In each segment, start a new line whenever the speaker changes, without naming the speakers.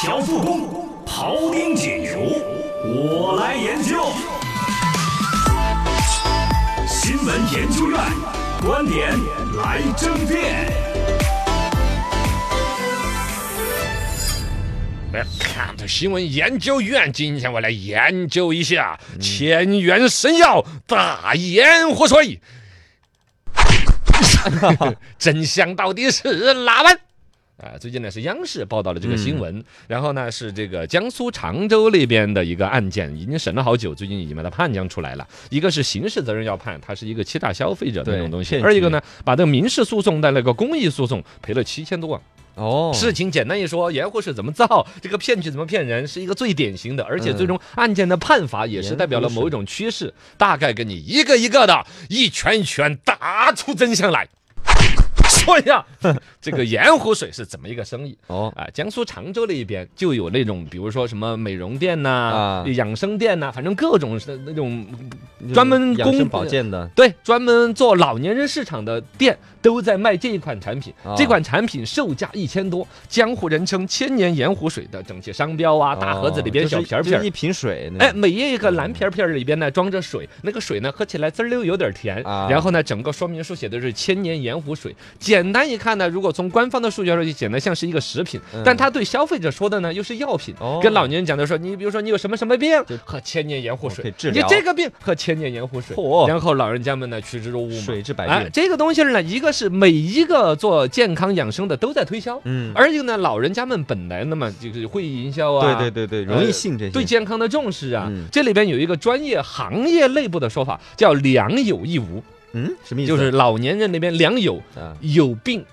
桥复工，庖丁解牛，我来研究。新闻研究院观点来争辩。
哎看的新闻研究院，今天我来研究一下乾元神药大烟火 锤，真相到底是哪嗯般？啊，最近呢是央视报道了这个新闻，然后呢是这个江苏常州那边的一个案件，已经审了好久，最近已经把它判将出来了。一个是刑事责任要判，它是一个欺诈消费者的那种
对
东西；
骗
二一个
局
呢，把这个民事诉讼的那个公益诉讼赔了七千多万。
哦，
事情简单一说，盐湖是怎么 造，这个骗局怎么骗人，是一个最典型的，而
嗯
且最终案件的判罚也是代表了某一种趋势，大概给你一个一个的，一拳一拳打出真相来。
哎
说一下 这个盐湖水是怎么一个生意
哦，
啊？江苏常州那边就有那种，比如说什么美容店呐、
啊
养生店呐、反正各种是那种专门
养
供
生
呃
保健的，
对，专门做老年人市场的店都在卖这一款产品。
哦
这款产品售价一千多，江湖人称“千年盐湖水”的整齐商标啊，大盒子里边
哦
小
就是
瓶儿
就
瓶
是
儿
一。瓶水那
哎，
种，
每一个蓝瓶儿瓶儿里边呢装着水，那个水呢喝起来滋儿溜有点甜，
啊
然后呢整个说明书写的是千年盐湖水，简单一看呢，如果从官方的数据来说，就显得像是一个食品，
嗯
但他对消费者说的呢又是药品，
哦
跟老年人讲的说，你比如说你有什么什么病
就，
喝千年盐湖
可以
水，
治
你
疗
这个病喝千年盐湖水，
嚯
然后老人家们呢趋之若鹜嘛，
水治百
哎
病，，
这个东西呢，一个是每一个做健康养生的都在推销，
嗯，
而一个呢，老人家们本来那么就是会营销啊，
对对对对，
呃
容易信这些，
对健康的重视啊。
嗯
这里边有一个专业行业内部的说法，叫“良有一无
嗯，什么”，意思？
就是老年人那边良友
啊，
有病。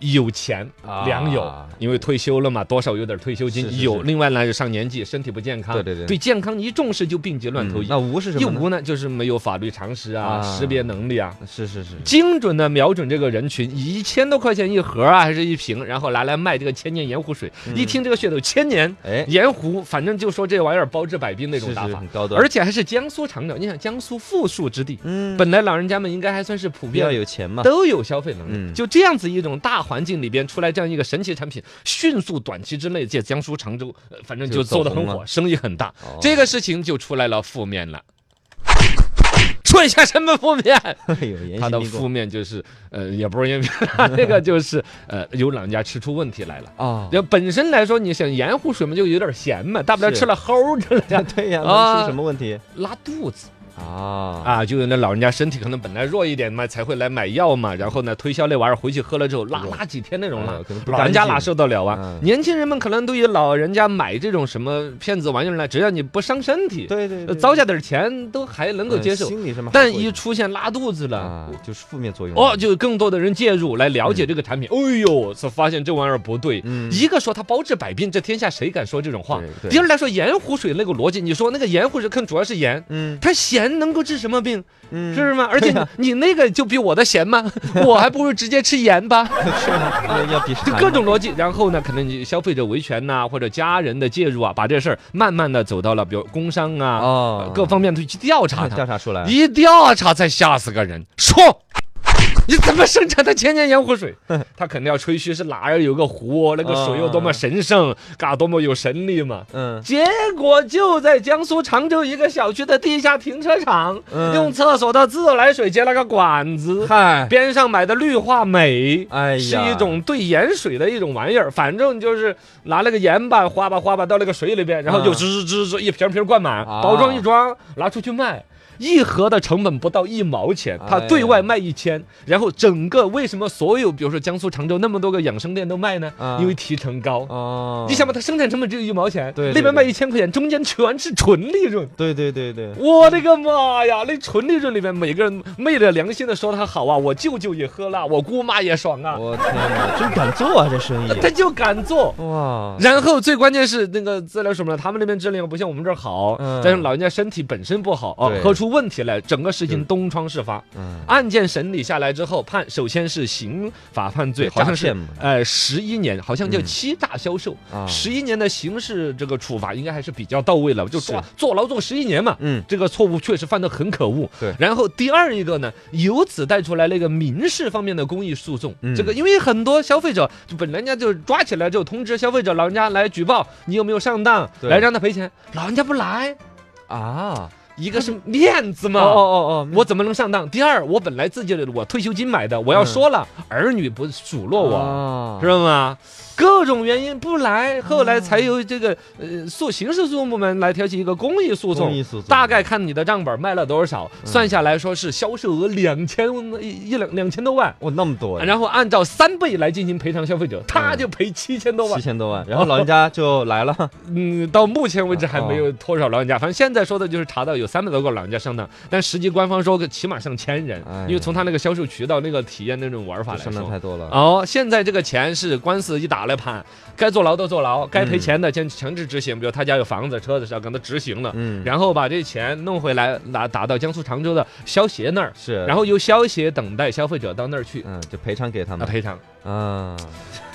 有钱
啊，
良友，因为退休了嘛，多少有点退休金。
是是是
有，另外呢，上年纪，身体不健康，
对对对
健康你一重视就病急乱投
嗯
医。
那无是什
一
么呢？
无呢，就是没有法律常识啊，
啊
识别能力啊，
是是是，
精准的瞄准这个人群，一千多块钱一盒啊，还是一瓶，然后拿来卖这个千年盐湖水。一听这个噱头，千年
嗯哎，
盐湖，反正就说这玩意儿包治百病那种
是
打
是
法
很，高端，
而且还是江苏长条。你想，江苏富庶之地，
嗯，
本来老人家们应该还算是普
比较
遍。
有钱嘛，
都有消费能力，
嗯
就这样子一种大环境里边出来这样一个神奇产品，迅速短期之内在江苏常州，呃反正就
就走
做得很
红
火，
了
生意很大。
哦
这个事情就出来了负面了。说一下什么负面？
有严
它
刑
的
逼
负
供
面就是，呃，也不是因为 那个就是，呃，有老人家吃出问题来了。
啊，
就本身来说，你想盐湖水嘛，就有点咸嘛，大不了
是
吃了齁着了
呀
呀，
对呀，
啊
能出什么问题
拉肚子
啊？
啊，就有那老人家身体可能本来弱一点嘛，才会来买药嘛，然后呢推销那玩意儿回去喝了之后，拉拉几天那种拉
哎呦可能，不
老人家
干净
哪受得了啊
嗯？
年轻人们可能对于老人家买这种什么骗子玩意儿呢，只要你不伤身体，
对对，
呃
对
糟下点钱都还能够
嗯
接受，
心理上面还
但
会
一出现拉肚子了。
啊，就是负面作用
哦，，就更多的人介入来了解这个产品。哎呦，才发现这玩意儿不对。
嗯
一个说它包治百病，这天下谁敢说这种话？
对对
第二来说盐湖水那个逻辑，你说那个盐湖水坑主要是盐。
嗯
它咸能够治什么病？
嗯，
是不是吗？而且
对呀
你那个就比我的咸 吗？我还不如直接吃盐吧。
是吗？要要 比
就
啥
各
嘛
种逻辑，然后呢，可能你消费者维权呐、或者家人的介入啊，把这事儿慢慢的走到了，比如工商啊，
哦
呃各方面都去调查它
调。查出来，
一调查才吓死个人。说，你怎么生产的千年盐湖水？他肯定要吹嘘是哪儿有个湖，那个水有
啊
多么神圣，嘎多么有神力嘛。
嗯，
结果就在江苏常州一个小区的地下停车场，
嗯
用厕所的自来水接了个管子，
嗨，
边上买的绿化镁。
哎呀，
是一种兑盐水的一种玩意儿，反正就是拿那个盐吧，哗吧哗吧到那个水里边，然后就
嗯
吱吱吱吱一瓶瓶灌满，
啊
包装一装，拿出去卖。一盒的成本不到一毛钱，它
哎呀
对外卖一千，然后整个为什么所有，比如说江苏常州那么多个养生店都卖呢？
啊
因为提成高。
哦，
你想吧，它生产成本只有一毛钱，
对对
那边卖
对
一千块钱，中间全是纯利润。
对对对对，
我的个妈呀！那纯利润里面，每个人昧着良心的说它好啊，我舅舅也喝了，我姑妈也爽啊，
我天哪，真敢做啊这生意，
他就敢做。
哇，
然后最关键是那个自来水嘛，他们那边质量不像我们这儿好，
嗯
但是老人家身体本身不好哦，
对
喝出出问题来，整个事情东窗事发。
嗯，
案件审理下来之后，判首先是刑法犯罪，
对
好像
诈
是
骗嘛
呃十一年，好像叫
嗯
欺诈销售
啊，
十一、年的刑事这个处罚应该还是比较到位了，就抓
是
坐牢坐十一年嘛。
嗯，
这个错误确实犯得很可恶。
对
然后第二一个呢，由此带出来那个民事方面的公益诉讼。
嗯
这个因为很多消费者就本来人家就抓起来就通知消费者，老人家来举报你有没有上当，
对
来让他赔钱，老人家不来，
啊，
一个 是面子嘛。
哦哦哦，
我怎么能上当？第二，我本来自己的我退休金买的，
嗯
我要说了，儿女不数落我，
我
知道吗？各种原因不来，后来
嗯
才由这个呃诉刑事诉讼部门来挑起一个公益诉
公
讼
益诉讼，嗯
大概看你的账本卖了多少，算下来说是销售额两千一一两两千多万，
我那么多呀，
然后按照三倍来进行赔偿消费者，他
嗯
就赔七千多万
七。千多
哦
万，然后老人家就来 了，
嗯，到目前为止还没有
啊
多少老人家，反正现在说的就是查到有三百多个老人家上当，但实际官方说个起码上千人
哎，呀
因为从他那个销售渠道那个体验那种玩法来
上当
说。
太多了，
哦，现在这个钱是官司一打来判，该坐牢的坐牢，该赔钱的先强制执行，比如他家有房子、车子是要跟他执行的，
嗯，
然后把这钱弄回来，拿打到江苏常州的消协那儿，
是，
然后由消协等待消费者到那儿去
嗯，就赔偿给他
啊
们，
赔偿。
啊，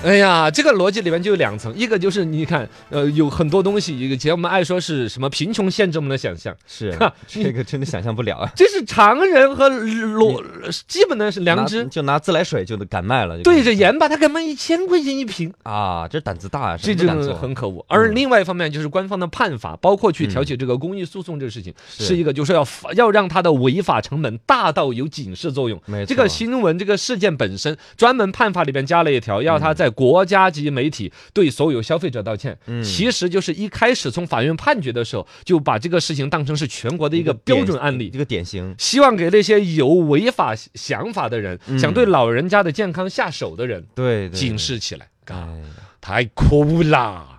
哎呀，这个逻辑里面就有两层，一个就是你看，呃，有很多东西，一个其实我们爱说是什么贫穷限制我们的想象，
是
你
这个真的想象不了啊，
这是常人和逻基本的是 良
拿
知。
就拿自来水就敢卖了，就
对着盐吧，他敢卖一千块钱一瓶，
啊，这胆子大啊，
这
什
真
么都
的
敢做嗯
很可恶。而另外一方面就是官方的判罚，包括去挑起这个公益诉讼这个事情，
是
是一个就是要罚要让它的违法成本大到有警示作用。
没错
这个新闻这个事件本身，专门判法里边加了一条，要他在国家级媒体对所有消费者道歉。
嗯
其实就是一开始从法院判决的时候，就把这个事情当成是全国的一个标准案例
一。个典型，
希望给那些有违法想法的人，
嗯
想对老人家的健康下手的人
对，对
警，示起来。
对
啊，
哎
太可恶啦！